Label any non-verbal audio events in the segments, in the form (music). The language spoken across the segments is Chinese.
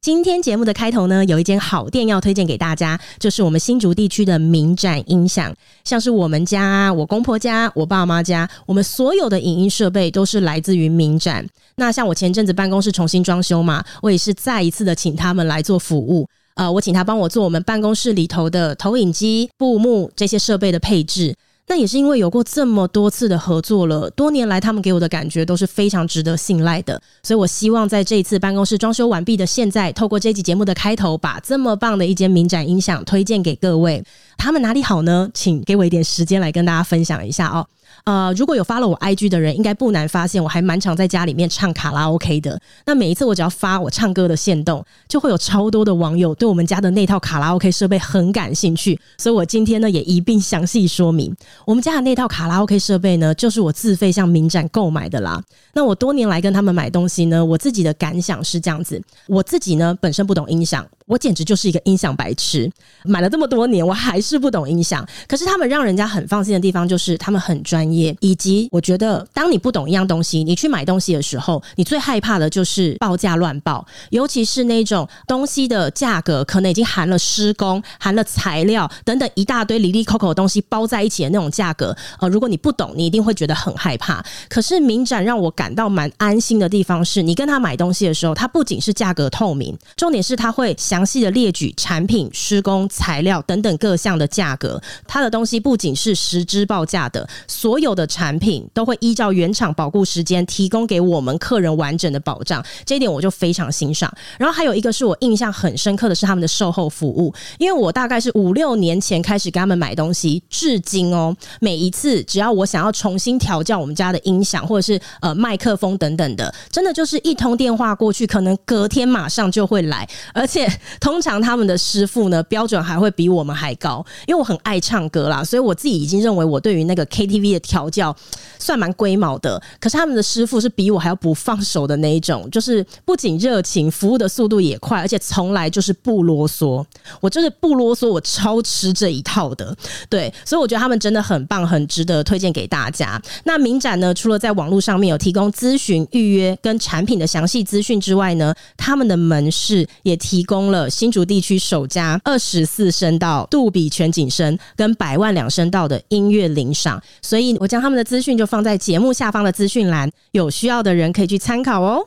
今天节目的开头呢，有一间好店要推荐给大家，就是我们新竹地区的民展音响，像是我们家啊、我公婆家、我爸妈家，我们所有的影音设备都是来自于民展。那像我前阵子办公室重新装修嘛，我也是再一次的请他们来做服务。呃，我请他帮我做我们办公室里头的投影机、布幕这些设备的配置。那也是因为有过这么多次的合作了，多年来他们给我的感觉都是非常值得信赖的，所以我希望在这一次办公室装修完毕的现在，透过这期节目的开头，把这么棒的一间民展音响推荐给各位。他们哪里好呢？请给我一点时间来跟大家分享一下哦。呃，如果有发了我 IG 的人，应该不难发现，我还蛮常在家里面唱卡拉 OK 的。那每一次我只要发我唱歌的线动，就会有超多的网友对我们家的那套卡拉 OK 设备很感兴趣，所以我今天呢也一并详细说明。我们家的那套卡拉 OK 设备呢，就是我自费向民展购买的啦。那我多年来跟他们买东西呢，我自己的感想是这样子：我自己呢本身不懂音响，我简直就是一个音响白痴。买了这么多年，我还是不懂音响。可是他们让人家很放心的地方，就是他们很专业，以及我觉得，当你不懂一样东西，你去买东西的时候，你最害怕的就是报价乱报，尤其是那种东西的价格可能已经含了施工、含了材料等等一大堆离离扣扣的东西包在一起的那种价格。呃，如果你不懂，你一定会觉得很害怕。可是民展让我感到蛮安心的地方是，你跟他买东西的时候，他不仅是价格透明，重点是他会详细的列举产品、施工、材料等等各项的价格。他的东西不仅是实支报价的，所有的产品都会依照原厂保固时间提供给我们客人完整的保障。这一点我就非常欣赏。然后还有一个是我印象很深刻的是他们的售后服务，因为我大概是五六年前开始给他们买东西，至今哦，每一次只要我想要重新调教我们家的音响或者是呃麦克风等等的，真的就是一通电话过去，可能隔天马上就会来，而且通常他们的师傅呢标准还会比我们还高，因为我很爱唱歌啦，所以我自己已经认为我对于那个 KTV 的调教算蛮龟毛的，可是他们的师傅是比我还要不放手的那一种，就是不仅热情，服务的速度也快，而且从来就是不啰嗦。我就是不啰嗦，我超吃这一套的。对，所以我觉得他们真的很棒，很值得推荐给大家。那民展呢，除了在网络上面有提供咨询、预约跟产品的详细资讯之外呢，他们的门市也提供了新竹地区首家二十四声道杜比全景声跟百万两声道的音乐领赏，所以我将他们的资讯就放在节目下方的资讯栏，有需要的人可以去参考哦。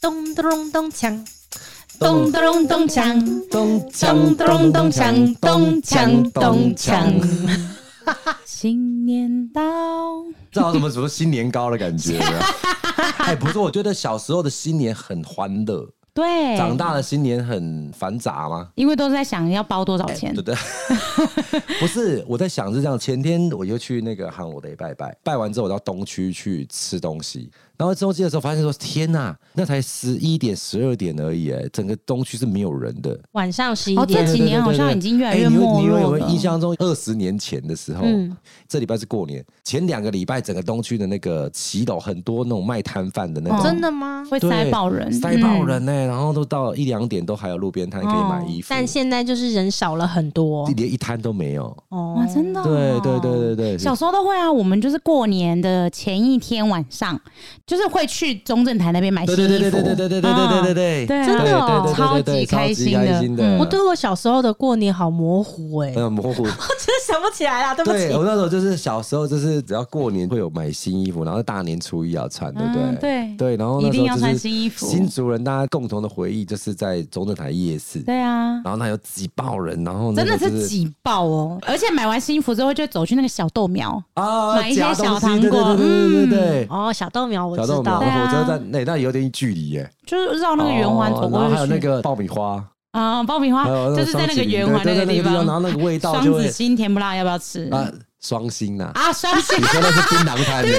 咚咚咚锵，咚咚咚锵，咚咚咚咚锵，咚锵咚锵。新年到，知道什么什么新年糕的感觉 (laughs) 了。哎，不是，我觉得小时候的新年很欢乐，对，长大的新年很繁杂吗？因为都在想要包多少钱哎对，不对？ (laughs) 不是，我在想是这样。前天我又去那个韩罗得拜拜，拜完之后我到东区去吃东西，然后吃东西的时候发现说，天呐，那才十一点、十二点而已，哎，整个东区是没有人的。晚上十一哦点这，几年好像已经越来哎越你有没你有落没有了。嗯印象中二十年前的时候，嗯这礼拜是过年，前两个礼拜整个东区的那个骑楼很多那种卖摊贩的那种，哦真的吗？会对塞爆人，嗯塞爆人呢、然后都到一两点都还有路边摊可以买哦衣服，但现在就是人少了很多连一摊都没有。哦哇，真的哦、对对对对对，小时候都会啊，我们就是过年的前一天晚上，就是会去中正台那边买新对衣服。对对对对对对对对对对对啊对真的哦对对对超级对对开心的超级开心的，嗯我对我小时候的过年好模糊哎、(laughs) 很模糊。我真的 (laughs) 想不起来啦，对不嗯对我起。那时候就是小时候，就是只要过年会有买新衣服，然后大年初一要穿，对不嗯对？对对，然后一那时定候要就穿是新衣服新族人大家共同的回忆就是在中正台夜市，对啊，然后那有挤爆人，然后那真的个就是挤爆哦！而且买完新衣服之后，就会走去那个小豆苗，啊，买一些夹东小西糖对果嗯对对对对对对。哦，小豆苗我小知豆道苗，对啊哦火车站那那有点距离耶，就是绕那个圆环走哦然过后去。还有那个爆米花，啊，爆米花还有就是在那双个麒麟圆环对那个对对那地个地方，然方。后那个味道双就子会星甜不辣要不要吃？啊，双星呐，啊，双星你说那是槟榔摊耶， (laughs)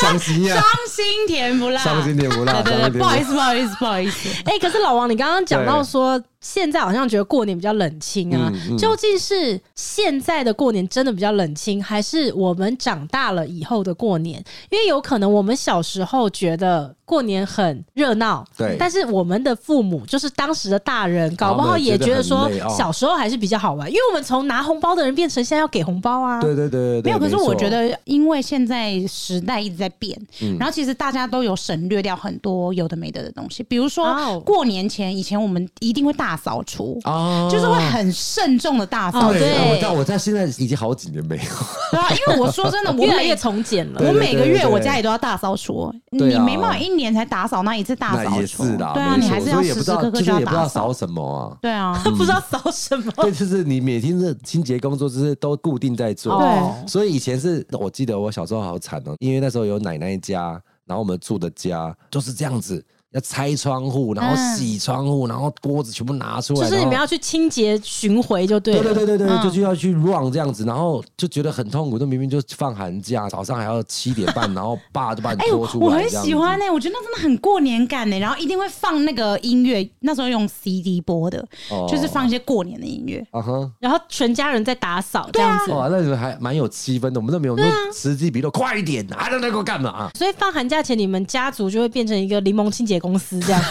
双星呀，双星甜 (laughs) 不辣，啊啊双星甜不辣，对双对对，星甜不好意不思，不好意思，不好意思。哎、可是老王，你刚刚讲到说，现在好像觉得过年比较冷清啊，嗯嗯究竟是现在的过年真的比较冷清，还是我们长大了以后的过年？因为有可能我们小时候觉得过年很热闹，对但是我们的父母就是当时的大人，搞不好也觉得说他们觉得很累哦小时候还是比较好玩，因为我们从拿红包的人变成现在要给红包啊。对对对没对对，有，可是错我觉得，因为现在时代一直在变，嗯然后其实大家都有省略掉很多有的没的的东西，比如哦说过年前，以前我们一定会大扫除，啊就是会很慎重的大扫哦除。对我到我到现在已经好几年没有，对啊，因为我说真 (laughs) 的，我越来越每从简了。对我对每对个对月对我家里都要大扫除，对你啊没办法一年才打扫那一次大那扫也除是，啦，对啊，没你错还是所要以也时不时知道刻刻就是要也不知道打扫扫。什么啊。对啊， (laughs) 不知道扫什么，对，就是你每天的清洁工作就是都固定在做，哦对所以以前是我记得我小时候好惨哦，因为那时候有奶奶家，然后我们住的家就是这样子，要拆窗户，然后嗯洗窗户，然后锅子全部拿出来，就是你们然后要去清洁巡回就对对了。对对对对，嗯就就要去 run 这样子，然后就觉得很痛苦。那明明就放寒假，早上还要七点半，然后爸就把你 (laughs) 哎、拖我出我来，很喜欢。呢、欸我觉得那真的很过年感呢、欸然后一定会放那个音乐，那时候用 CD 播的，哦就是放一些过年的音乐。 (laughs) 啊哈，然后全家人在打扫这样子。哇，那你们还蛮有气氛的，我们都没有啊那实际比较快一点，还在那给我干嘛？啊所以放寒假前，你们家族就会变成一个柠檬清洁公司这 (laughs) 样，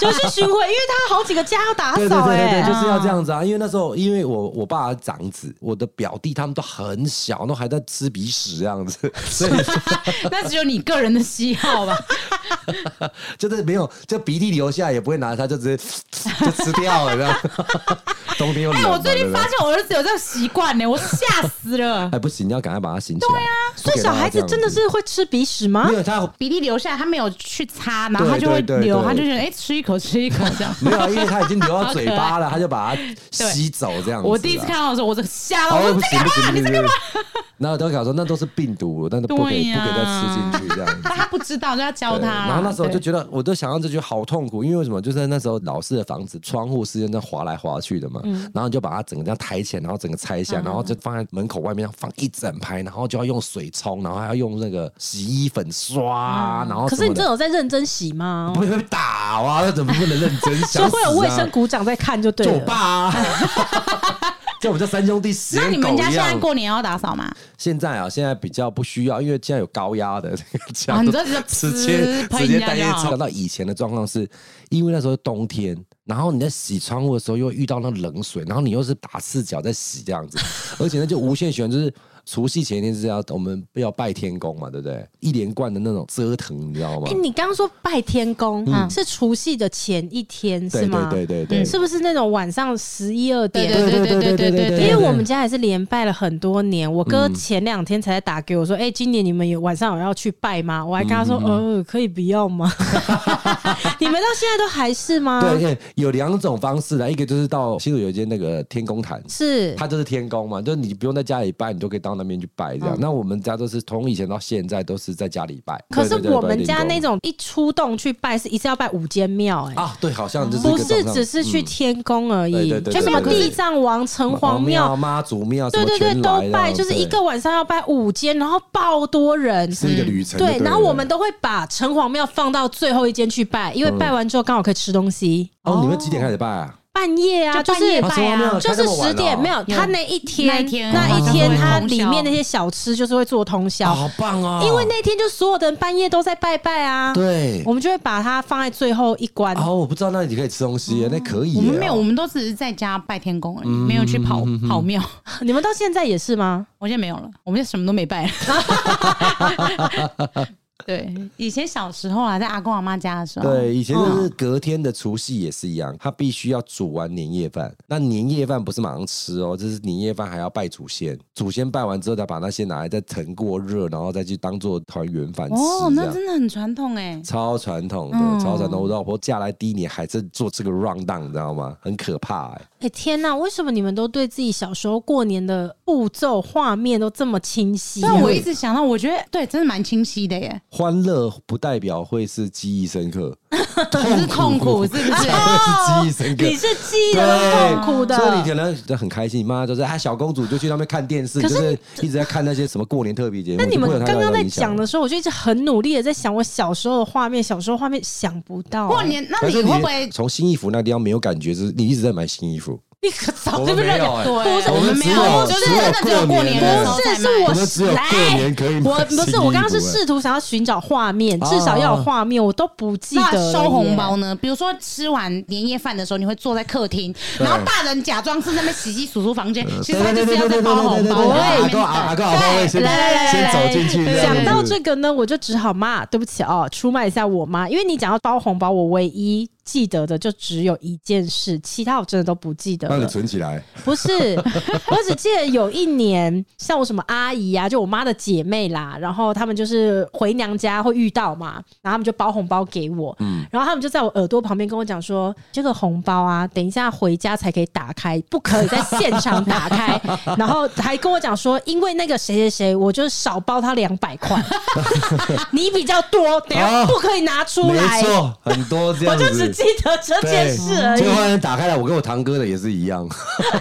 就是巡回，因为他好几个家要啊打对对扫对对欸哎、对，就是要这样子啊！因为那时候，因为我我爸长子，我的表弟他们都很小，都还在吃鼻屎这样 (laughs) 子，所以那只有你个人的喜好 (laughs) 吧？就是没有，就鼻涕留下也不会拿它，就直接 (laughs) 就吃掉了这样。冬天又哎、冷嘛，我最对近不发对现我儿子有这个习惯欸呢，我吓死了。 (laughs) 哎，不行，要赶快把它醒起来。对啊，所以小孩子真的是会吃鼻屎啊吗没？有他比例留下来，他没有去擦，然后他对就会对对流，对。他就觉得哎、吃一口吃一口这样没有啊，因为他已经流到嘴 (laughs) 巴了，他就把它吸走这样子啊。我第一次看到的时候，我这吓到，我哦，说不这行干不嘛？行你不这行！然后都想说那都是病毒，但是不可对以不呀可以再吃进去这样子。他不知道，就要教对他。啊然后那时候就对觉得，我都想到这就好痛苦，因为为什么？就是那时候老式的房子窗户是那滑来滑去的嘛，嗯然后你就把它整个这样抬起来，然后整个拆下来，然后就放在门口外面这样放一整排，然后就要用水冲，然后还要用那个洗衣粉刷，啊然后嗯可是什你么的这有在认真洗吗 (laughs) 不？会被打哇、那怎么不能认真？就 (laughs) 想会有死啊卫生股长在看就对就我了。爸、 (laughs) 啊。 (laughs) 就我们这三兄弟死那你跟狗们家一现在样。过年要打扫吗？现在啊，现在比较不需要，因为现在有高压的这个啊枪，你说直接直接呲喷直接人家单一就好想到以前的状况是，因为那时候冬天，然后你在洗窗户的时候又遇到那冷水，然后你又是打赤脚在洗这样子，而且呢就无限循环，就是除夕前一天是要我们要拜天公嘛，对不对？一连贯的那种折腾，你知道吗哎、？你刚刚说拜天公、是除夕的前一天是嗯对吗？对对对对，是不是那种晚上十一二点？嗯对对对对对因为对我们家也是连拜了很多年，我哥嗯前两天才打给我说：“哎、今年你们有晚上有要去拜吗？”我还跟他嗯说：“呃，可以不要吗？” (laughs) 你们到现在都还是吗？对，因为有两种方式啦，一个就是到西鲁有一间那个天公坛，是它就是天公嘛，就是你不用在家里拜，你都可以到那边去拜嗯这样。那我们家都是从以前到现在都是在家里拜。可是对对对我们拜家天公那种一出动去拜，是一次要拜五间庙、哎、啊，对，好像就是不一个早是上只是去嗯天宫而已，对对对就对什么对对地藏王、城隍王庙。妈祖哦庙，啊什对么对对，全都来这拜，样就是一对个晚上要拜五间，然后爆多人，是一个旅程就对对，了。然后我们都会把城隍庙放到最后一间去拜，嗯因为拜完之后刚好可以吃东西。哦，你们几点开始拜啊？半夜啊，就就半夜是拜啊城隍庙就是十点，没有有他那一天，那一天那一好天像他会通宵里面那些小吃就是会做通宵，啊，好棒哦！因为那天就所有的人半夜都在拜拜啊，对我们就会把它放在最后一关。哦，我不知道那里可以吃东西嗯耶，那可以耶。我们没有，哦我们都只是在家拜天公而已，没有去跑嗯跑庙。你们到现在也是吗？我现在没有了，我们现在什么都没拜。对，以前小时候啊，在阿公阿妈家的嗯时候，对，以前就是隔天的除夕也是一样，他必须要煮完年夜饭。那年夜饭不是马上吃哦，就是年夜饭还要拜祖先，祖先拜完之后再把那些拿来再腾过热，然后再去当做团圆饭吃，哦，这那样。真的很传统哎。超传统的，嗯超传统。我老婆嫁来第一年还是做这个 round down，你知道吗？很可怕哎、哎、天呐，为什么你们都对自己小时候过年的步骤、画面都这么清晰、虽啊？然我一直想到，我觉得对，真的蛮清晰的耶。欢乐不代表会是记忆深 (laughs) 刻，可是痛苦是 (laughs) 不是？是记忆深刻。你是记得痛苦的，所以你可能就很开心，你妈就是啊，小公主就去那边看电视，就是一直在看那些什么过年特别节目。那你们就不会有太刚大刚在影响讲的时候，我就一直很努力的在想我小时候的画面，小时候画面想不到、啊过年那可你是你会不会从新衣服那地方没有感觉？就是你一直在买新衣服， (laughs) 你可早我就们被没认有了。哎、对，我们没只有有，就是真的只只有有过过年年的的时时候候才才买买。我们只有过年可以买我不新是衣服我刚刚是哎试图想要寻找画面，哦至少要有画面，我都不记得了那收红包耶。呢？比如说吃完年夜饭的时候，你会坐在客厅，对然后大人假装是在那边洗洗数数房间，其对实他对就是对要对在对对包对红对包。对，阿我公阿阿公阿公会先来来来先来走进去，来这样讲到这子，个呢，我就只好骂，对不起哦，出卖一下我妈，因为你讲到包红包，我唯一记得的就只有一件事，其他我真的都不记得帮你了。存起来，不是，我只记得有一年，像我什么阿姨啊，就我妈的姐妹啦，然后她们就是回娘家会遇到嘛，然后她们就包红包给我，嗯然后她们就在我耳朵旁边跟我讲说，这个红包啊，等一下回家才可以打开，不可以在现场打 (laughs) 开，然后还跟我讲说，因为那个谁谁谁，我就少包他两百 (laughs) 块，你比较多，等一下哦不可以拿出没来，错，很多这我样就只子记。得这 (laughs) 件事而已结。果后来打开来，我跟我堂哥的也是一样。 (laughs)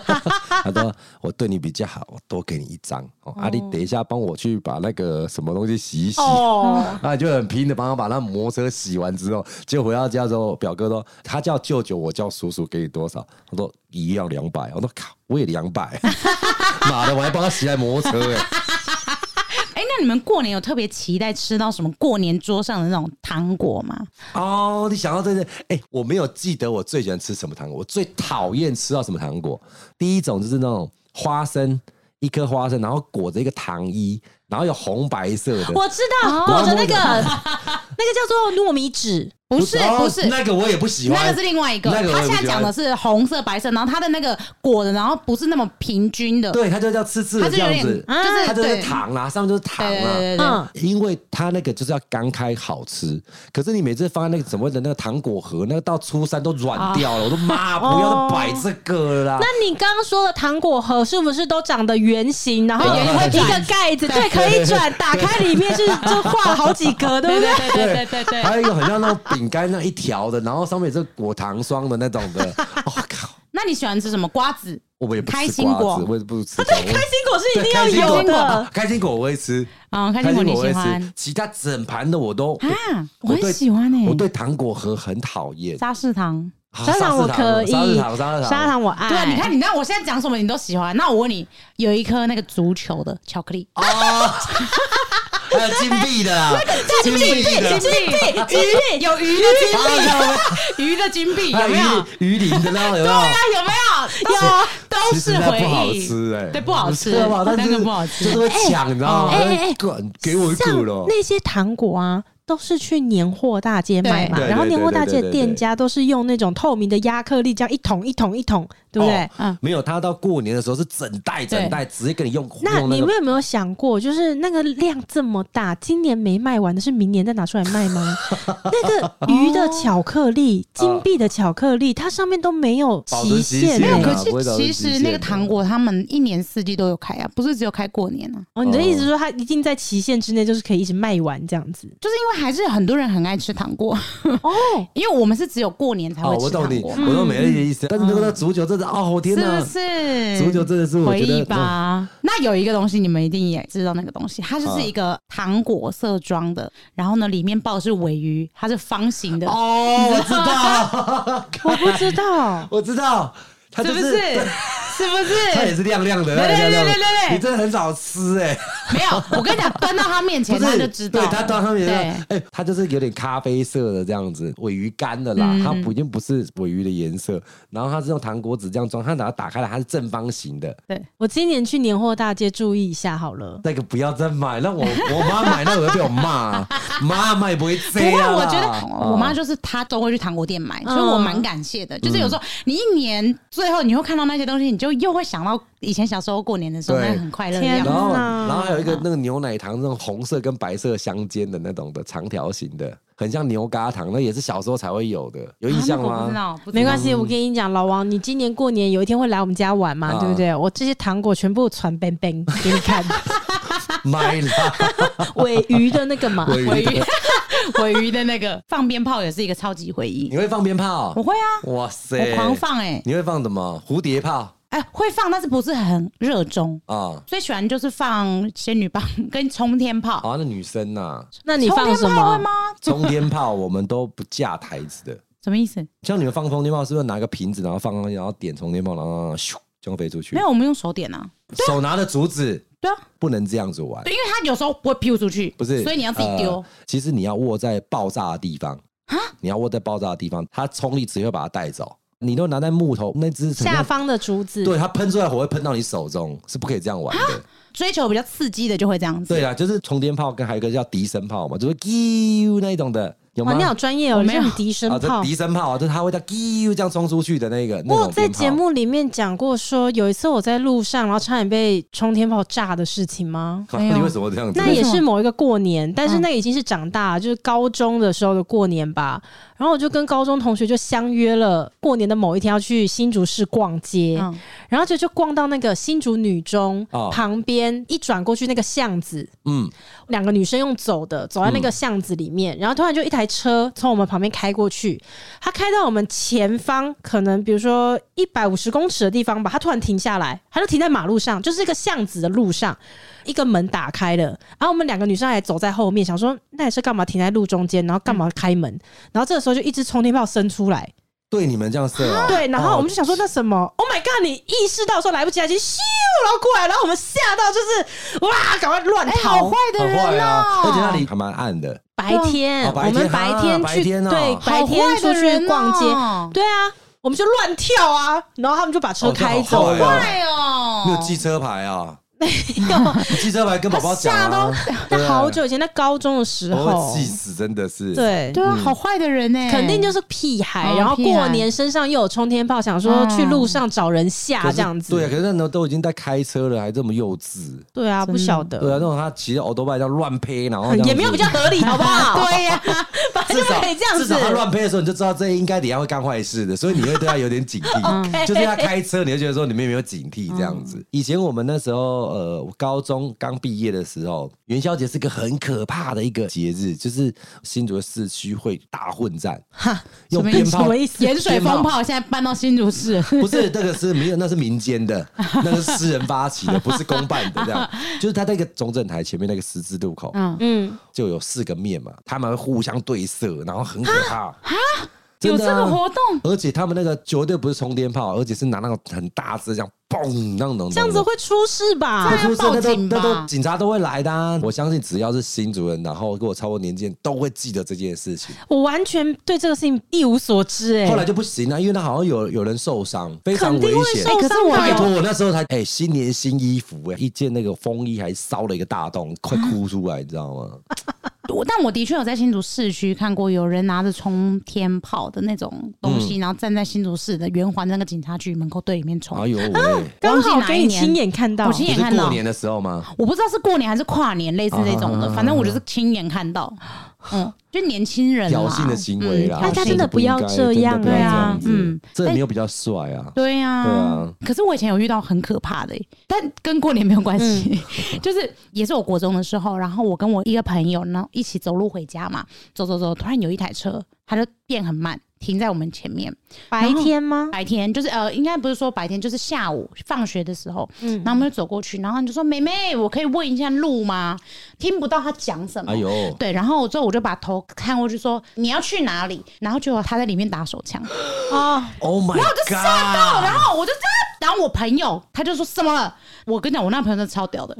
他说：“我对你比较好，我多给你一张。哦，啊，你等一下帮我去把那个什么东西洗一洗。哦，啊，就很拼的帮我把那摩托车洗完之后，结果回到家之后，表哥说他叫舅舅，我叫叔叔，给你多少？他说一样两百。我说靠，我也两百， (laughs) 妈的，我还帮他洗台摩托车哎、哎，那你们过年有特别期待吃到什么过年桌上的那种糖果吗？哦，你想到这些，哎、我没有记得我最喜欢吃什么糖果，我最讨厌吃到什么糖果。第一种就是那种花生，一颗花生，然后裹着一个糖衣，然后有红白色的。我知哦道，裹着那个那个叫做糯米纸， (laughs) 不是，哦不是，那个我也不喜欢，那个是另外一个，那个我他也不现在喜欢讲的是红色、白色，然后它的那个果的，然后不是那么平均的，对，它就叫刺刺的它这是有样点，就子是，它就是对糖啦，上面就是糖啊对对啦。对对对，嗯，因为它那个就是要刚开好吃，可是你每次放在那个怎么的那个糖果盒，那个到初三都啊软掉了，我都妈哦不要再摆这个了啦那。你刚刚说的糖果盒是不是都长得圆形，然后有对一会个转盖子，对，可以转，打开里面是就画好几格，对不对？对对对对对还有一个很像那种饼干那样一条的，然后上面也是果糖霜的那种的， (laughs) 我、靠，那你喜欢吃什么瓜子？我也不开吃心瓜子，果我也不吃瓜 (laughs) 子。开心果是一定开心要有果的，，开心果我会吃，啊，开开心果心你果我喜会欢吃，其他整盘的我都啊？我对很喜欢诶，我对糖果盒很讨厌。沙士糖。啊砂糖我可以，砂糖砂糖砂糖我爱。对啊，你看你那我现在讲什么你都喜欢。那我问你，有一颗那个足球的巧克力，哦，还有金 (laughs) 币的啦，金币的，币，金币有鱼的金 (laughs) 币，鱼的金币有没有？啊鱼鱼鳞的那种有没有？啊，有没有？有，都其实是那回不好忆。吃哎，对不好吃对吧？但那是个不好吃就是会抢，你知道吗？哎哎哎管给我一个像了。那些糖果啊，都是去年货大街买嘛，对然后对对年货对大对街的对店对家都是用那种透明的亚克力，这样一桶一桶一桶，对不对哦？嗯没有，他到过年的时候是整袋整袋，直接给你用那用你个们有没有想过，就是那个量这么大，今年没卖完的是明年再拿出来卖 (laughs) 吗？那个鱼的巧克力、金币的巧克力，它上面都没有哦保存期期限限没有，啊可欸。不会导是致其极实限那的个糖果他们一年四季都有开啊，不是只有开过年啊，哦，你的意思是说它一定在期限之内，就是可以一直卖完这样子？就是因为还是很多人很爱吃糖果，哦，因为我们是只有过年才哦会，我吃懂糖你，果，嗯我懂美乐的意思。但是那个足球真的，哦，天是哪不！是？足球真的是我回觉忆得吧。那有一个东西你们一定也知道，那个东西它啊就是一个糖果色装的，然后呢里面包的是尾鱼，它是方形的。哦，我知道，。(laughs) 我不知道 (laughs) 我知道，他是就不是？是不它也是？是亮亮的，对对亮亮的对对对对你真的很少吃哎、 (laughs) 没有，我跟你讲，端到他面 (laughs) 不前是他就知道了。对，它到上面，对哎、它就是有点咖啡色的这样子，尾鱼干的啦，嗯它不已经不是尾鱼的颜色，然后它是用糖果纸这样装，它把它打开来，它是正方形的，我今年去年货大街注意一下好了。那个不要再买，那我 (laughs) 我妈买那我会被我 (laughs) 骂，妈妈也不会不这过样啦。我觉得我妈啊就是她都会去糖果店买，嗯所以我蛮感谢的。就是有嗯时候你一年最后你会看到那些东西，你就又会想到以前小时候过年的时候对啊那很快乐的天样然子。后，呐然后还有一个那个牛奶糖，那种红色跟白色相间的那种的长条形的，很像牛轧糖，那也是小时候才会有的，有印啊象那个我不知吗？道，不知道没关系，我跟你讲，老王，你今年过年有一天会来我们家玩嘛，嗯啊对不对？我这些糖果全部传 bang bang 给你 (laughs) 看，买啦，尾鱼的那个嘛，尾鱼的，尾鱼的那个放鞭炮也是一个超级回忆你。会放鞭炮我？会啊，哇塞，我狂放哎、你会放什么？蝴蝶炮哎、会放，但是不是很热衷。啊？最喜欢就是放仙女棒跟冲天炮。啊，那女生呐、哦那你放什冲天炮会么？吗？冲天炮我们都不架台子的，什么意思？像你们放充电炮，是不是拿一个瓶子，然后放上去，然后点充电炮，然后咻就飞出去？没有，我们用手点啊。 (laughs) 手拿着竹子，对啊，不能这样子玩对，。因为它有时候不会飘出去，不是，所以你要自己丢啊呃。其实你要握在爆炸的地方你要握在爆炸的地方，它冲力只会把它带走。你都拿在木头那只怎么下样，方的竹子，对它喷出来火会喷到你手中，是不可以这样玩啊的。追求比较刺激的就会这样子。对啦，啊就是充电炮跟还有一个叫笛声炮嘛，就是 “giu” 那一种的，有哇，吗？你好专业哦，我没有像笛声啊，炮这。笛声炮，就是它会叫 “giu” 这样冲出去的那个。那我种有在鞭炮节目里面讲过说有一次我在路上，然后差点被冲天炮炸的事情吗？啊没有 (laughs) 你为什么这样子？嗯那也是某一个过年，但是那个已经是长大，就是高中的时候的过年吧。然后我就跟高中同学就相约了过年的某一天要去新竹市逛街，嗯，然后就就逛到那个新竹女中、哦旁边，一转过去那个巷子，嗯，两个女生用走的走在那嗯个巷子里面，然后突然就一台车从我们旁边开过去，它开到我们前方可能比如说一百五十公尺的地方吧，它突然停下来，它就停在马路上，就是一个巷子的路上，一个门打开了，然后我们两个女生还走在后面，想说那也是干嘛停在路中间，然后干嘛开门，然后这个时候就一支冲天炮伸出来，对你们这样射啊哦。对，然后我们哦就想说那什么，Oh my god！你意识到说来不及，就咻，然后过来，然后我们吓到就是哇，赶快乱哎，逃。好坏的很人坏啊，哦，而且那里还蛮暗的。白天，哦白我们天白啊天白去，天哦对，白啊好天坏出的去人逛街，哦对啊，我们就乱跳啊，然后他们就把车哦这开好走坏了。哦坏哦，没有记车牌啊？没有，记车牌跟宝宝讲啊。对那啊好，久以前，在高中的时我候会，气死，真的是。，对。嗯对啊，好坏的人呢，肯定就是屁孩，哦然后屁过孩嗯年身上又有冲天炮，想说去路上找人吓这样子。对啊，可是那时候都已经在开车了，还这么幼稚。对啊，不晓得对啊，那种他骑着欧多拜这样乱呸，然后这样子也没有比较合理，好不好？啊 (laughs) 嗯对啊呀， (laughs) 反正至就不少可以这样至少他子。乱配的时候，你就知道这应该等一下会干坏事的，所以你会对他有点警 (laughs) 哦惕。就是他开车，你就觉得说你们有没有警惕这样嗯子。以前我们那时候，呃，我高中刚毕业的时候，元宵节是个很可怕的一个节日，就是新竹的市区会大混战，用鞭炮。思盐水风炮现在搬到新竹市，不是那个是没有，那是民间 (laughs) 的，那是私人发起的，不是公办的。这样就是他那个中正台前面那个十字路口，嗯，嗯，就有四个面嘛，他们会互相对射，然后很可怕啊！有这真的啊个活动，而且他们那个绝对不是冲天炮，而且是拿那种很大只这样嘣那种这样子。会出事吧这？不是当然那要报都警吧那都警察都会来的、啊，我相信只要是新主人，然后跟我超过年纪的人都会记得这件事情。我完全对这个事情一无所知哎、后来就不行了、啊因为那好像有有人受伤，非常肯危定会险。受哎可是伤我的拜有托，我那时候才哎、新年新衣服哎、一件那个风衣还烧了一个大洞，快哭出来，你知道吗？我但我的确有在新竹市区看过有人拿着冲天炮的那种东嗯西，然后站在新竹市的圆环那个警察局门口对里面冲。哎呦喂！刚忘好记哪给一哦你年亲眼看到我，亲不眼是看过到，年的时候吗？我不知道是过年还是跨年，类似这种啊的，反正我就是亲眼看 (laughs) 到，嗯，就年轻人挑嘛衅的行为啦，嗯挑大衅家真的不要这样哎真的不要这样对啊嗯子这也没有比较帅啊。对呀、对啊可是我以前有遇到很可怕的欸、但跟过年没有关系，嗯 (laughs) 就是也是我国中的时候，然后我跟我一个朋友，然后一起走路回家嘛，走走走，突然有一台车，它就变很慢，停在我们前面。白天吗？白天就是呃，应该不是说白天，就是下午放学的时候，嗯然后我们就走过去，然后你就说：“妹妹，我可以问一下路吗？”听不到他讲什么。哎呦，对，然后之后我就把头看过去说你要去哪里，然后结果他在里面打手枪，啊哦， ，Oh my 我就 God！吓到，然后我就啊，然后我朋友他就说什么了？我跟你讲，我那朋友真的超屌的，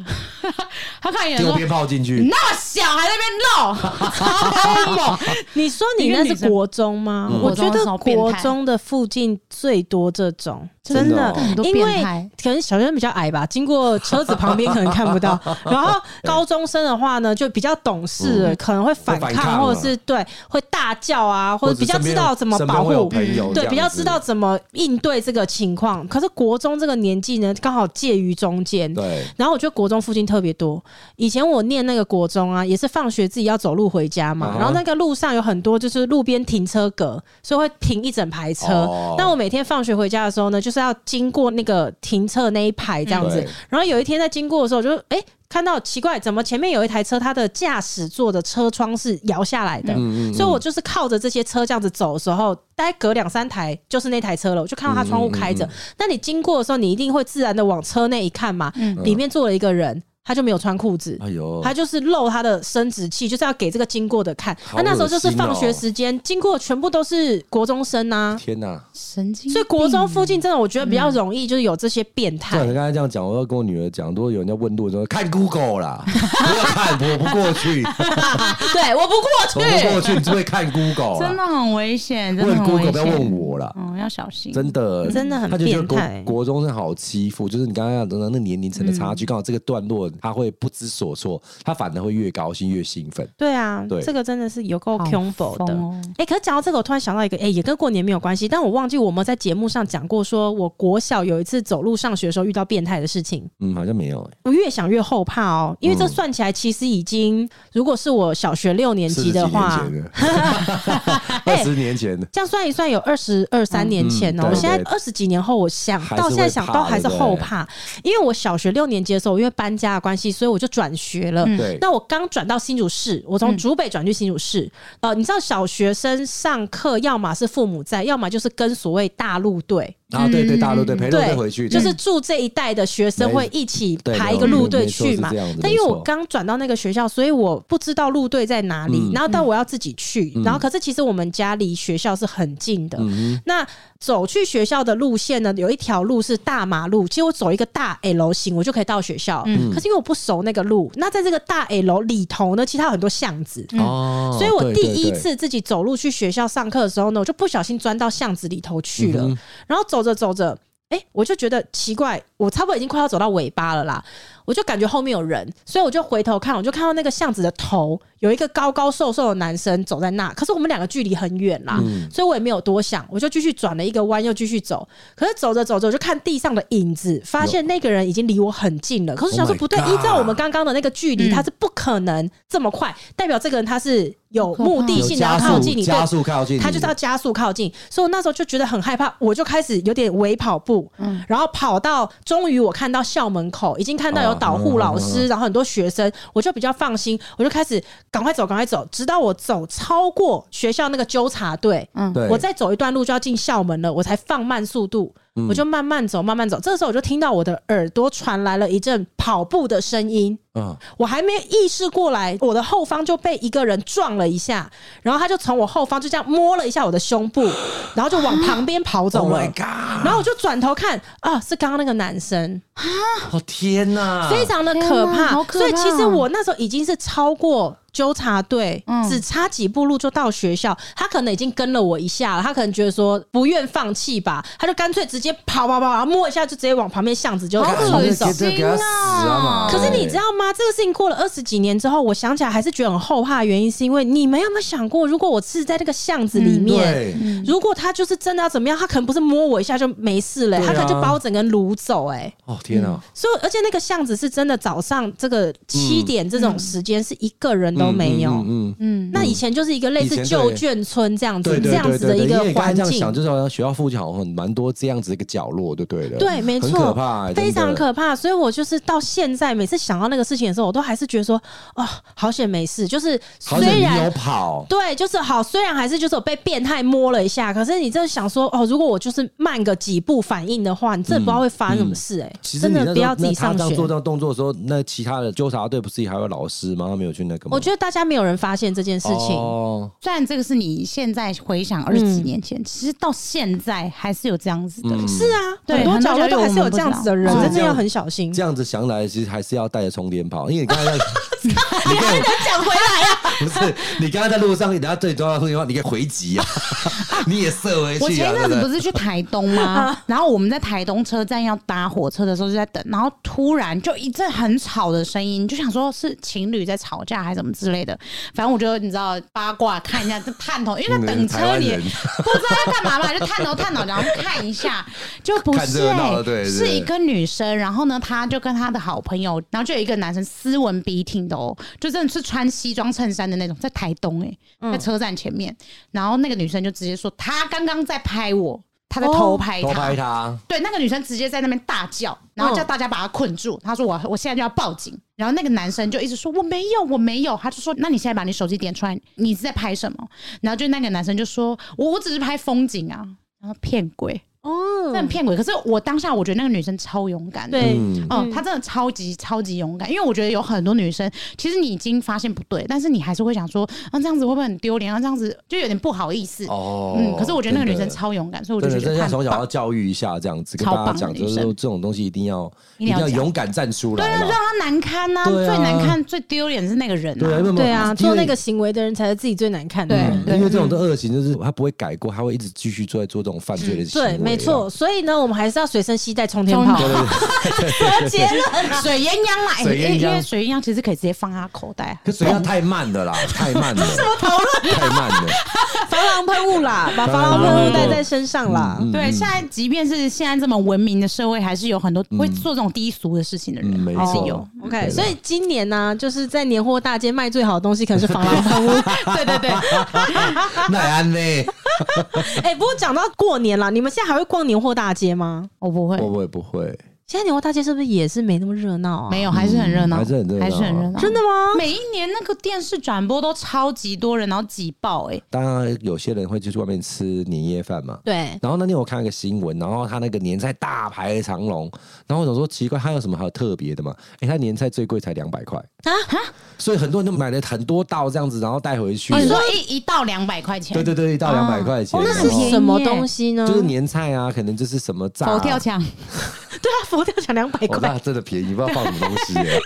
他看一眼丢说鞭炮进嗯你去，那么小还在那边闹， (laughs) 超猛，你说你那是国中吗？嗯我觉国中的得时候变态国中的附近最多这种，真真的的哦很多因变为态可能小学生比较矮吧，经过车子旁边可能看不 (laughs) 到。然后高中生的话呢，就比较懂事了，可能会反嗯会反抗抗，啊或者是对会大叫啊，或者比较知道怎么身边保会有护。朋友，对，比较知道。怎么应对这个情况。可是国中这个年纪呢，刚好介于中间，对，然后我觉得国中附近特别多。以前我念那个国中啊，也是放学自己要走路回家嘛，啊哈然后那个路上有很多就是路边停车格，所以会停一整排车。哦那我每天放学回家的时候呢，就是要经过那个停车那一排这样子。嗯对然后有一天在经过的时候，我就哎。诶看到奇怪，怎么前面有一台车，它的驾驶座的车窗是摇下来的，嗯嗯嗯所以我就是靠着这些车这样子走的时候，大概隔两三台就是那台车了，我就看到它嗯窗户开着。那你经过的时候，你一定会自然的往车内一看嘛，里面坐了一个人。他就没有穿裤子。嗯哎呦，他就是露他的生殖器，就是要给这个经过的看。好他、那时候就是恶心哦放学时间，经过全部都是国中生呐、天哪！神经病。所以国中附近真的我觉得比较容易就是有这些变态 (laughs) 像。你刚才这样讲，我要跟我女儿讲，如果有人要问路，我就说看 Google (laughs) 啦，不要看，我不过去，对，我不过去我不过去，你只会看 Google 真的啦。很危险，真的问很危 Google 险。不要问我啦，嗯，要小心。真的，真的很他就觉得国变态国中生好欺负，就是你刚刚讲的那年龄层嗯的差距，刚好这个段落他会不知所措，他反而会越高兴越兴奋。对啊，对这个真的是有够好 combo 的。疯哦哎、可是讲到这个，我突然想到一个，哎、也跟过年没有关系，但我忘记我们在节目上讲过说我国小有一次走路上学的时候遇到变态的事情。嗯，好像没有、欸，我越想越后怕哦，因为嗯这算起来其实已经，如果是我小学六年级的话哎40，(laughs) 年前的，二十年前的，这样算一算有二十二三年前哦。嗯对我现在对二十几年后，我想还是到现在想到会怕还是对不对后怕，因为我小学六年级的时候，因为搬家的关系，所以我就转学了。嗯对，那我刚转到新竹市，我从嗯竹北转去新竹市。呃，你知道小学生上课，要么是父母在，要么就是跟所谓大陆队，啊，对对，大陆对陪肉队嗯对，回去的，就是住这一带的学生没会一起对排一个没有路队没错去是嘛这样子。但因为没我错刚转到那个学校，所以我不知道路队在哪里嗯，然后但我要自己去嗯。然后可是其实我们家离学校是很近的，嗯哼，那走去学校的路线呢，有一条路是大马路，其实我走一个大 L 型，我就可以到学校。嗯可是因为我不熟那个路，那在这个大 L 里头呢，其实它有很多巷子。嗯哦，所以我对第对一对次自己走路去学校上课的时候呢，我就不小心钻到巷子里头去了。嗯哼然后走着走着，哎、我就觉得奇怪，我差不多已经快要走到尾巴了啦，我就感觉后面有人，所以我就回头看，我就看到那个巷子的头有一个高高瘦瘦的男生走在那，可是我们两个距离很远啦，嗯所以我也没有多想，我就继续转了一个弯，又继续走。可是走着走着，我就看地上的影子，发现那个人已经离我很近了。可是我想说 Oh my 不对， God 依照我们刚刚的那个距离，嗯他是不可能这么快，代表这个人他是有可怕目的有性的要加靠速近你，对加速靠近你，他就是要加速靠近，所以我那时候就觉得很害怕，我就开始有点微跑步，嗯然后跑到终于我看到校门口，已经看到有导护老师，啊然后很多学生，我就比较放心，我就开始赶快走，赶快走，直到我走超过学校那个纠察队，嗯，对，我再走一段路就要进校门了，我才放慢速度，我就慢慢走，慢慢走。这个时候我就听到我的耳朵传来了一阵跑步的声音，嗯，我还没意识过来，我的后方就被一个人撞了一下，然后他就从我后方就这样摸了一下我的胸部， (gasps) 然后就往旁边跑走 Oh 了。 my god！然后我就转头看啊，是刚刚那个男生，哦天哪，非常的可天哪怕。好可怕所以其实我那时候已经是超过纠察队，嗯只差几步路就到学校。他可能已经跟了我一下了，他可能觉得说不愿放弃吧，他就干脆直接跑跑跑，然后摸一下就直接往旁边巷子就好冲恶走心。给他死啊嘛！啊可是你知道吗？这个事情过了二十几年之后，我想起来还是觉得很后怕。原因是因为你们有没有想过，如果我是在这个巷子里面，嗯对，如果他就是真的要怎么样，他可能不是摸我一下就没事了、对啊他可能就把我整个人掳走哎、哦天哪，所以，而且那个巷子是真的早上这个七点这种时间是一个人都没有。嗯，嗯，那以前就是一个类以似前对旧眷村这样子对这对样对子的对一对，因为个你刚才环这样境想，，就是好像学校附近好像很蛮多这样子一个角落，就对了，对，没很可错。怕欸，非真的常可怕，所以我就是到现在每次想到那个事情的时候，我都还是觉得说，哦，好险没事。就是好险虽你然有跑，对，就是好，虽然还是就是有被变态摸了一下，可是你真的想说，哦，如果我就是慢个几步反应的话，你真的不知道会发生什么事、欸，哎、嗯其实真你那时的候不要自己那他上这样学做。这样动作的时候，那其他的纠察队不是还有老师吗？他没有去那个吗？我觉得大家没有人发现这件事情，哦，虽然这个是你现在回想二十几年前，其实到现在还是有这样子的。嗯是啊，很对多很多角落都角落还我是有们不这样知子道的人，所以真的这要样很小心。这样子想来，其实还是要带着充电宝，因为你刚才在 (laughs) 你看我讲回来啊， (laughs) 不是你刚才在路上，等下对你重要的地方，你可以回击啊， (laughs) 你也射回我去前啊，一对阵子对不是去台东吗？ (laughs) 然后我们在台东车站要搭火车的时候就在等，然后突然就一阵很吵的声音，就想说是情侣在吵架还是什么之类的。反正我就你知道八卦看一下，就探头，因为在等嗯台车湾你也人不知道要干嘛嘛，就探头探脑，然后看一下，就不看是、热闹欸的，对对是一个女生。然后呢，她就跟她的好朋友，然后就有一个男生斯文笔挺的哦，就真的是穿西装衬衫的那种，在台东哎、在车站前面。然后那个女生就直接说，她刚刚在拍我，她在偷拍她。偷拍他，对，那个女生直接在那边大叫，然后叫大家把她困住。她说我我现在就要报警。然后那个男生就一直说我没有，我没有。他就说那你现在把你手机点出来，你是在拍什么？然后就那个男生就说我我只是拍风景啊。然后骗鬼，哦，真的很骗鬼。可是我当下我觉得那个女生超勇敢的，对嗯哦嗯，她真的超级超级勇敢。因为我觉得有很多女生，其实你已经发现不对，但是你还是会想说，啊这样子会不会很丢脸啊？这样子就有点不好意思。哦嗯，可是我觉得那个女真生的超勇敢，所以我真就的，觉真得的要她从很小要啊棒。教育一下，这样子跟超大棒家的讲，就女是生说这种东西一定要一定要要讲勇敢站出对来啊，让啦。她难堪呐、对啊最难看、最丢脸是那个人、对啊，因啊。为对啊，做那个因为行为的人才是自己最难看的。对嗯对因为这种的恶行就是他不会改过，他会一直继续做在做这种嗯犯罪的行为啊。对，没错。所以呢，我们还是要随身携带冲天冲炮。天 (laughs) 炮结论 (laughs) 水鸳鸯啦，水鸳鸯嗯因为水鸳�鸯其实可以直接放她口袋啊。可水量太慢 (laughs) 了啦，太慢了，什么讨论？太慢了，防狼喷雾 (laughs) 啦，把防狼喷雾带在身上啦。嗯对，现在即便是现在这么文明的社会，还是有很多会做这种低俗的事情的人嗯，啊没还是错有。 OK，所以今年呢、就是在年货大街卖最好的东西可能是防狼 (laughs) 喷雾。对对对，(laughs) 那安呢？哎、不过讲到过年啦，你们现在还会逛年货大街吗？我不会，不会不会，现在年货大街是不是也是没那么热闹啊？没有，还是很热闹，还是很热闹啊还是很热闹。真的吗？每一年那个电视转播都超级多人，然后挤爆哎、当然有些人会去外面吃年夜饭嘛。对，然后那天我看了一个新闻，然后他那个年菜大排长龙，然后我想说奇怪，他有什么好特别的嘛？哎，他年菜最贵才两百块啊，所以很多人就买了很多道这样子，然后带回去。你说一一到两百块钱，对对对，一道两百块钱，哦那然是后便宜耶什么东西呢？就是年菜啊，可能就是什么炸佛跳墙，对啊，佛跳墙两百哦，块那，真的便宜，不知道放什么东 (laughs) 西耶，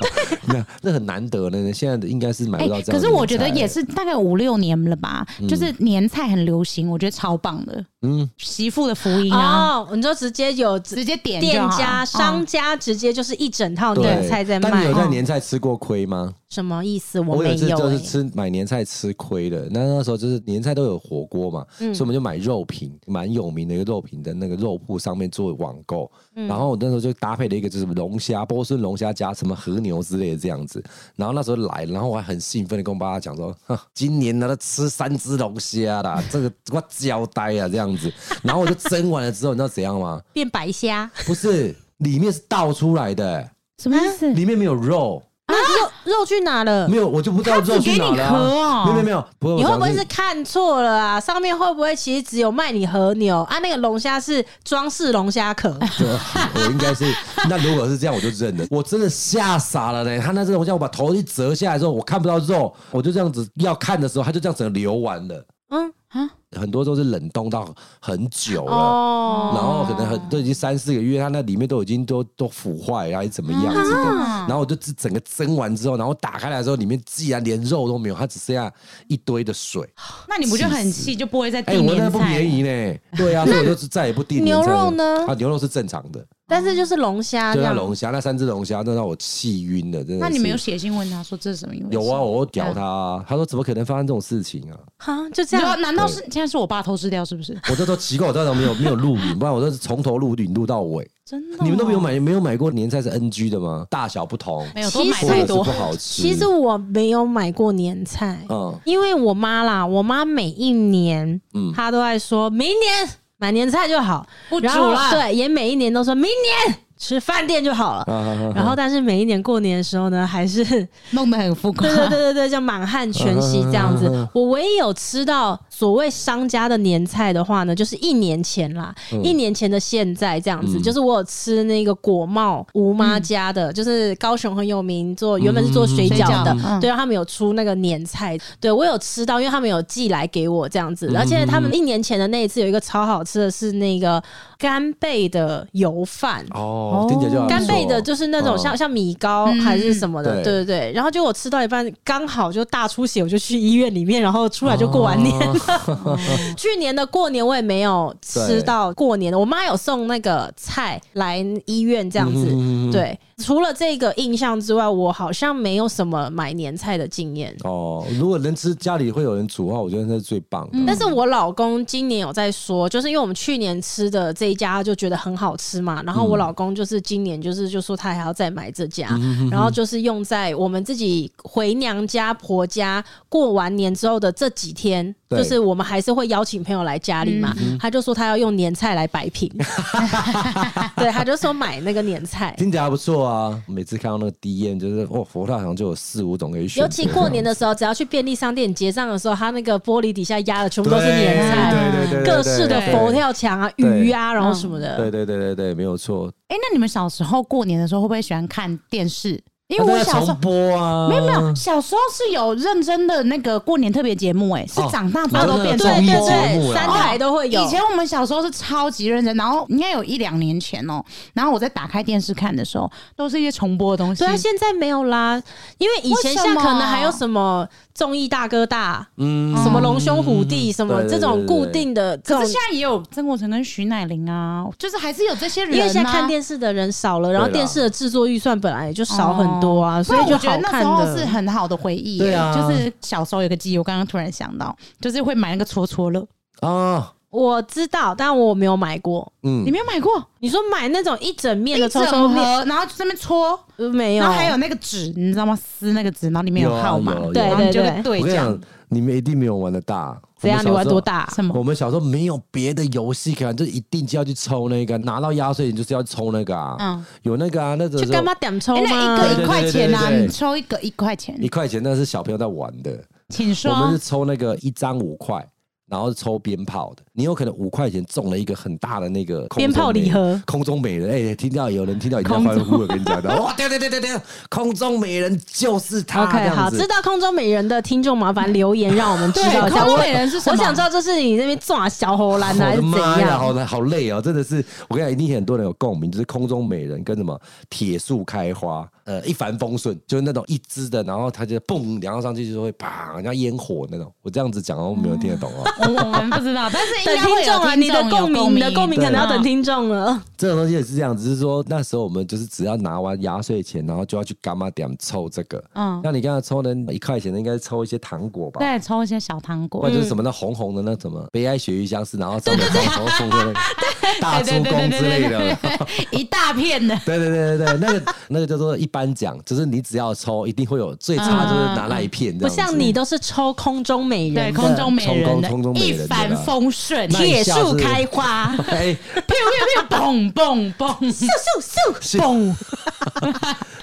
那那很难得呢。现在的应该是买哎、不到这样的年菜。可是我觉得也是大概五六年了吧，就是年菜很流行，我觉得超棒的，嗯嗯，媳妇的福音啊，哦，你就直接有直接点就店好家、嗯商家直接就是一整套年对菜在但你卖有，在哦年菜吃过亏吗？什么意思？我我有没一次就是哎、吃买年菜吃亏了，那那时候就是年菜都有火锅嘛，嗯所以我们就买肉品，蛮有名的一个肉品的那个肉铺上面做网购，嗯然后我那时候就搭配了一个就是什么龙虾、波士顿龙虾加什么和牛之类的这样子，然后那时候来，然后我还很兴奋的跟我爸讲说，哼今年呢吃三只龙虾啦，这个我交代啊这样子，然后我就蒸完了之后，你知道怎样吗？变白虾，不是，里面是倒出来的、啊什么意思？里面没有肉。那肉肉去哪了？没有，我就不知道肉去他只给哪了、你壳啊。哦没有没有没有，不你会会不会是看错了啊？上面会不会其实只有卖你和牛啊？那个龙虾是装饰龙虾壳，哎我应该是， (laughs) 那如果是这样，我就认了。我真的吓傻了呢。他那这种像我把头一折下来之后，我看不到肉，我就这样子要看的时候，他就这样整个流完了。嗯啊，很多都是冷冻到很久了。哦，然后可能很都已经三四个月，它那里面都已经都都腐坏啊了，还是怎么样子的。然后我就整个蒸完之后，然后打开来之后，里面既然连肉都没有，它只剩下一堆的水。啊那你不就很气，就不会再哎、订我那年不菜？便宜呢。对啊，所以我就是再也不订牛年菜了肉呢啊，牛肉是正常的，但是就是龙虾这就那样。龙虾，那三只龙虾，那让我气晕了，真的是。那你没有写信问他说这是什么意思？有啊，我屌他、啊，他说怎么可能发生这种事情啊？哈，就这你说样。难道是现在是我爸偷吃掉是不是？我这都奇怪，我这都没有没有录影，不然我都是从头录影录到尾。真的哦、你们都没有买没有买过年菜是 NG 的吗？大小不同，没有其都买实太或多者是不好吃。其实我没有买过年菜，嗯因为我妈啦，我妈每一年嗯她都爱说明年买年菜就好，不煮然后了，对，也每一年都说明年吃饭店就好了。啊啊啊然后，但是每一年过年的时候呢，还是弄得很浮夸。对对对对对，就满汉全席这样嗯嗯嗯子嗯。我唯一有吃到所谓商家的年菜的话呢，就是一年前啦，一年前的现在这样子，嗯就是我有吃那个果茂吴妈家的，就是高雄很有名做，原本是做水饺的水饺，嗯对，他们有出那个年菜，对我有吃到，因为他们有寄来给我这样嗯子，而且他们一年前的那一次有一个超好吃的是那个干贝的油饭。哦，听起来就还不干贝的错就是那种像、嗯像米糕还是什么的，嗯对对对。然后就我吃到一半，刚好就大出血，我就去医院里面，然后出来就过完年了。哦 (laughs) 去年的过年我也没有吃到过年的，我妈有送那个菜来医院这样子。嗯嗯嗯嗯对，除了这个印象之外，我好像没有什么买年菜的经验。哦。如果能吃家里会有人煮的话，我觉得那是最棒的。但是我老公今年有在说，就是因为我们去年吃的这一家就觉得很好吃嘛，然后嗯我老公就是今年就是就说他还要再买这家，嗯然后就是用在我们自己回娘家婆家过完年之后的这几天。对嗯就是我们还是会邀请朋友来家里嘛，他就说他要用年菜来摆 (laughs) 平，对，他就说买那个年 (laughs) 菜。听起来还不错啊。每次看到那个 D N，就是哦，佛大好像就有四五种可以选择。尤其过 (laughs) 年的时候，只要去便利商店结账的时候，他那个玻璃底下压的全部都是年菜，对对对对对各式的对佛跳墙啊、对鱼啊，然后什么的。对对对对对，没有错。哎、那你们小时候过年的时候会不会喜欢看电视？因为啊我大家小时候重播啊，没有没有，小时候是有认真的那个过年特别节目、哎，是哦长大之后都真的变对成综对艺播节目对，啦三台都会有。以前我们小时候是超级认真，然后应该有一两年前哦、然后我在打开电视看的时候，都是一些重播的东西。对啊，现在没有啦，因为以前为什像么可能还有什么综艺大哥大、嗯什么龙兄虎弟、什么对对这种对对固定的这可种是现在也有曾国成跟徐乃麟啊，就是还是有这些人、啊。因为现在看电视的人少了，然后对啦电视的制作预算本来就少很多啊，所以不然就我觉好得哦那看时候是的。很好的回忆、对啊就是小时候有个记忆，我刚刚突然想到，就是会买那个戳戳乐，啊，我知道，但我没有买过。你嗯，没有买过？你说买那种一整面的一抽整抽面，盒，然后这边戳，呃没有，然后还有那个纸，你知道吗？撕那个纸，然后里面有啊号码，有有对然后你就会对对我跟你讲讲，你们一定没有玩的大。怎样？你我们小时候玩多？大？什么我。们小时候没有别的游戏可以玩，就一定就要去抽那个，啊拿到压岁钱就是要抽那个啊。嗯有那个啊，那就个时候干嘛点抽哎那吗？一个一块钱啊，对对对对对你抽一个一块钱一，块钱，那是小朋友在玩的。请我啊们说是。抽那个一张五块，然后是抽鞭炮的。你有可能五块钱中了一个很大的那个空 (laughs) 中鞭炮美礼盒，空中美人。哎、听到有人听到你在空欢中呼，我跟你讲的，哇，对对对对对，空中美人就是他 OK，啊这好，样子知。道空中美人的听众麻烦留言让我们知道一下。空中我美人是什我么想知道这是你那边撞小猴兰还我是的怎妈呀，好样？的好累哦，真的是，我跟你讲，一定很多人有共鸣，就是空中美人跟什么铁树开花，呃，一帆风顺，就是那种一只的，然后它就蹦，然后上去就会啪，像烟火那种。我这样子讲，我没有听得懂哦。我我们不知道，但是应等该会听众有啊，你的有共鸣，你的共鸣可能要等。对听众了。这种东西也是这样，只是说那时候我们就是只要拿完压岁钱，然后就要去干妈点抽这个。嗯，像你刚才抽的一块钱的，应该是抽一些糖果吧？对，抽一些小糖不果然。就是什么那红红的那什么悲哀鳕鱼相思，然后上面放抽送的那个大对猪公之类的。，对对对对对一大片的。对对对对对，那个那个叫做一般奖，就是你只要抽，一定会有最差就是拿那一片这不样子。像你都是抽空中美对，人，空中美人的空中美一人的帆风顺，咻那铁一下树是开花， (laughs) 哎，咻咻，嘣嘣嘣，咻咻咻，嘣！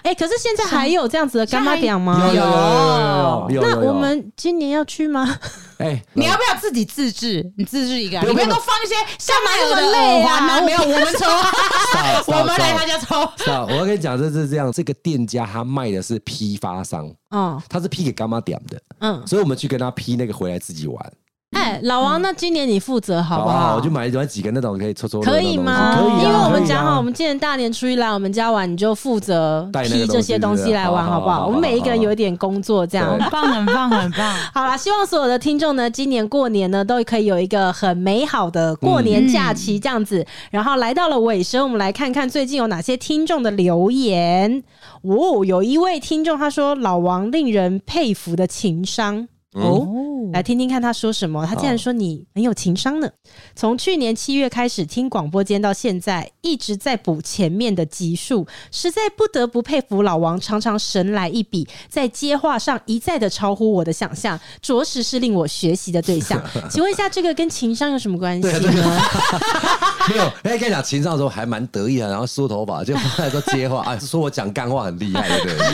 哎，可是现在还有这样子的干妈点吗有？啊有有有有有有那有有。我们今年要去吗？哎，你要不要自己自制？你自制一个啊，不你用不要不用多放一些像马那友么的累耳啊环啊？没有，我们抽， (laughs) 少我们来少他家 (laughs) 抽。少啊我要跟你讲，这是这样，这个店家他卖的是批发商，哦，他是批给干妈点的。嗯，所以我们去跟他批那个回来自己玩，哎，老王，那今年你负责好不好？好我？就买买几个那种可以搓搓乐可的东以西吗？可以啊，因为我们可以啊讲好，我们今年大年初一来我们家玩，你就负责带那批这个东西些东是不西是来玩，好好好不好？好我们好每一个人好有一点工作，这样对很棒，很棒，很棒。好啦，希望所有的听众呢，今年过年呢都可以有一个很美好的过年假期这样子。然后来到了尾声，我们来看看最近有哪些听众的留言。哦，有一位听众他说：“老王令人佩服的情商。”哦，来听听看他说什么。他竟然说你很有情商呢。从去年七月开始听广播间到现在，一直在补前面的集数，实在不得不佩服老王，常常神来一笔，在接话上一再的超乎我的想象，着实是令我学习的对象。请问一下，这个跟情商有什么关啊系呢？ (laughs) 没有，哎，跟你讲，秦少的时候还蛮得意啊的，然后梳头发，就后来说接话，啊，说我讲干话很厉害，对不对？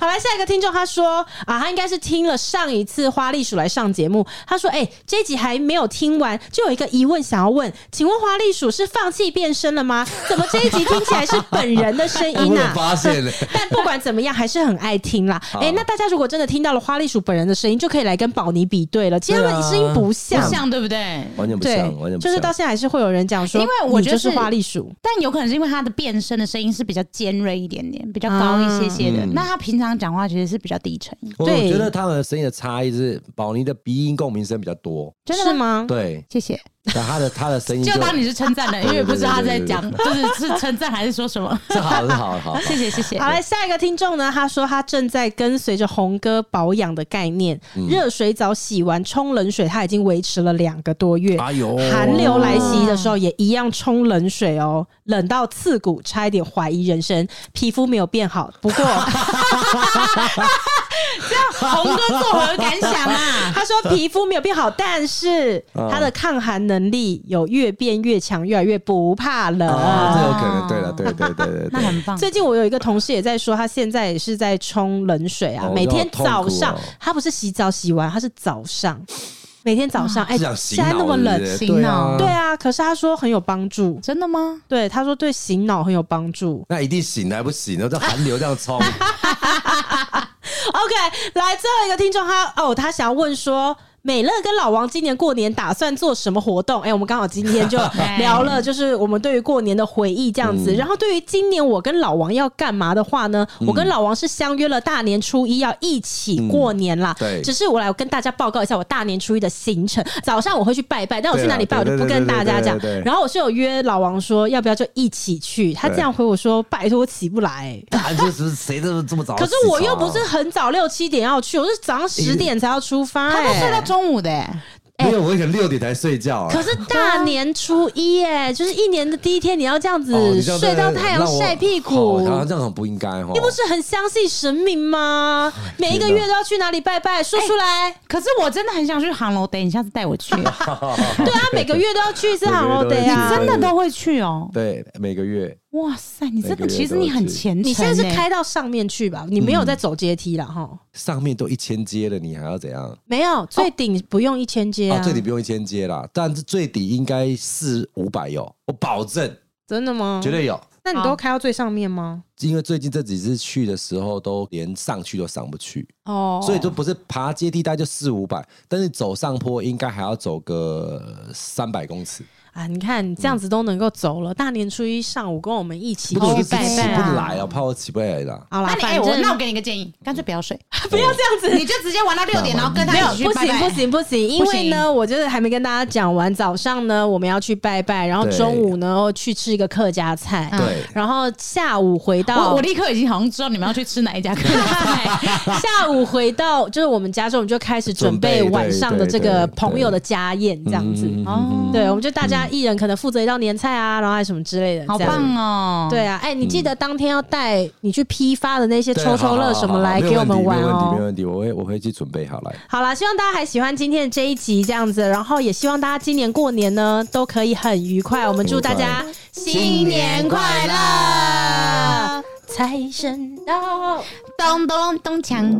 好来，下一个听众他说啊，他应该是听了上一次花栗鼠来上节目，他说哎、这一集还没有听完，就有一个疑问想要问，请问花栗鼠是放弃变身了吗？怎么这一集听起来是本人的声 (laughs) 我音有啊？发现嘞， (laughs) 但不管怎么样，还是很爱听啦。哎、那大家如果真的听到了花栗鼠本人的声音，就可以来跟宝妮比对了。其实他们声音不像，不像对啊不对？完全不对像，完全，不像，就是到现在还是会有人讲说，因为我你觉就得是是花栗鼠。但有可能是因为他的变声的声音是比较尖锐一点点，比较高一些些的。嗯那他平常讲话其实是比较低沉，我我对觉得他们的声音的差异是，宝妮的鼻音共鸣声比较多，真是的吗？吗？对，谢谢，但他的他的声音就当你是称赞的，因为不知道他在讲， (laughs) 对就是是称赞还是说什么。是好是好好，好谢谢谢谢好。嘞，下一个听众呢，他说他正在跟随着红哥保养的概念，嗯热、水澡洗完冲冷水，他已经维持了两个多月。哎呦，寒流来袭的时候，也一样冲冷水哦，冷到刺骨，差一点怀疑人生。皮肤没有变好，不过这样红哥作何感想啊？ (laughs) 他说皮肤没有变好，但是啊他的抗寒能力有越变越强，越来越不怕冷。啊，这有可能，对了，对对对对那对，很棒，最近我有一个同事也在说，他现在也是在冲冷水啊，哦每天这好早痛苦哦上、他不是洗澡洗完，他是早上每天早上，哎、 (laughs) 是想洗现在脑那么是冷不，是洗脑对，啊，可是他说很有帮助，真的吗？对，他说对醒脑很有帮助。那一定醒来不醒，然后这寒流这样冲， (laughs) OK，来最后一个听众他哦，他想要问说。美乐跟老王今年过年打算做什么活动？哎、我们刚好今天就聊了，就是我们对于过年的回忆这样子。嗯然后对于今年我跟老王要干嘛的话呢，我跟老王是相约了大年初一要一起过年啦。嗯对只是我来跟大家报告一下我大年初一的行程。早上我会去拜拜，但我去哪里拜我就对啦啊不跟大家讲对对对对对对。对然后我是有约老王说要不要就一起去，他这样回我说拜托我起不来、啊就是谁都这么早起可床，啊是我又不是很早六七点要去，我是早上十点才要出发、他都睡到哎。中午的、欸，没有，我可能六点才睡觉啊，可是大年初一哎、就是一年的第一天，你要这样子哦你这样睡到真的太阳让我晒屁哦股，然后这样很不应该哦，你不是很相信神明吗？每一个月都要去哪里拜拜，说出来。可是我真的很想去航楼，等你下次带我去，你对啊，每个月都要去一次好每哦，个月对都要去啊。真的都会去哦、对每个月哇塞，你真每个的月其实你很都去虔诚 (laughs) 欸、你现在是开到上面去吧？你没有在走阶梯了哈？上面都一千阶了，你还要怎样？没有，最顶不用一千阶啊，啊最？底不用一千阶啦，但是最底应该是五百有，我保证真的吗？绝对有。那你都开到最上面吗？因为最近这几次去的时候，都连上去都上不去，哦，所以就不是爬阶梯，大概就四五百，但是走上坡应该还要走个三百公尺，啊，你看你这样子都能够走了，大年初一上午跟我们一起嗯不过我去就是拜起拜不啊！来啊，怕我起不来啦。好啦那，你哎、反我正那我给你个建议，干 (laughs) 脆不要睡，不要这样子。你就直接玩到六点，然后跟他没有一起，去不拜行拜不，行不 (laughs) 行，因为呢，我就是还没跟大家讲完。早上呢，我们要去拜拜，然后对中午呢去吃一个客家菜，嗯对 (laughs) 然后下午回到我我立刻已经好像知道你们要去吃哪一家客栈 (laughs) (laughs) 下午回到就是我们家之后，我们就开始准备准备晚上的这个对对对朋友的家宴这样嗯子。哦，对，我们就大家一人可能负责一道年菜啊，然后还有什么之类的，好这样棒哦，对啊，哎、你记得当天要带你去批发的那些嗯对抽抽乐什么来给我们玩好好好好没有哦。问题，没有问题，没有问题，我会我会去准备好来。好啦，希望大家还喜欢今天的这一集这样子，然后也希望大家今年过年呢都可以很愉快。我们祝大家嗯新年快乐，财神到。咚咚咚锵。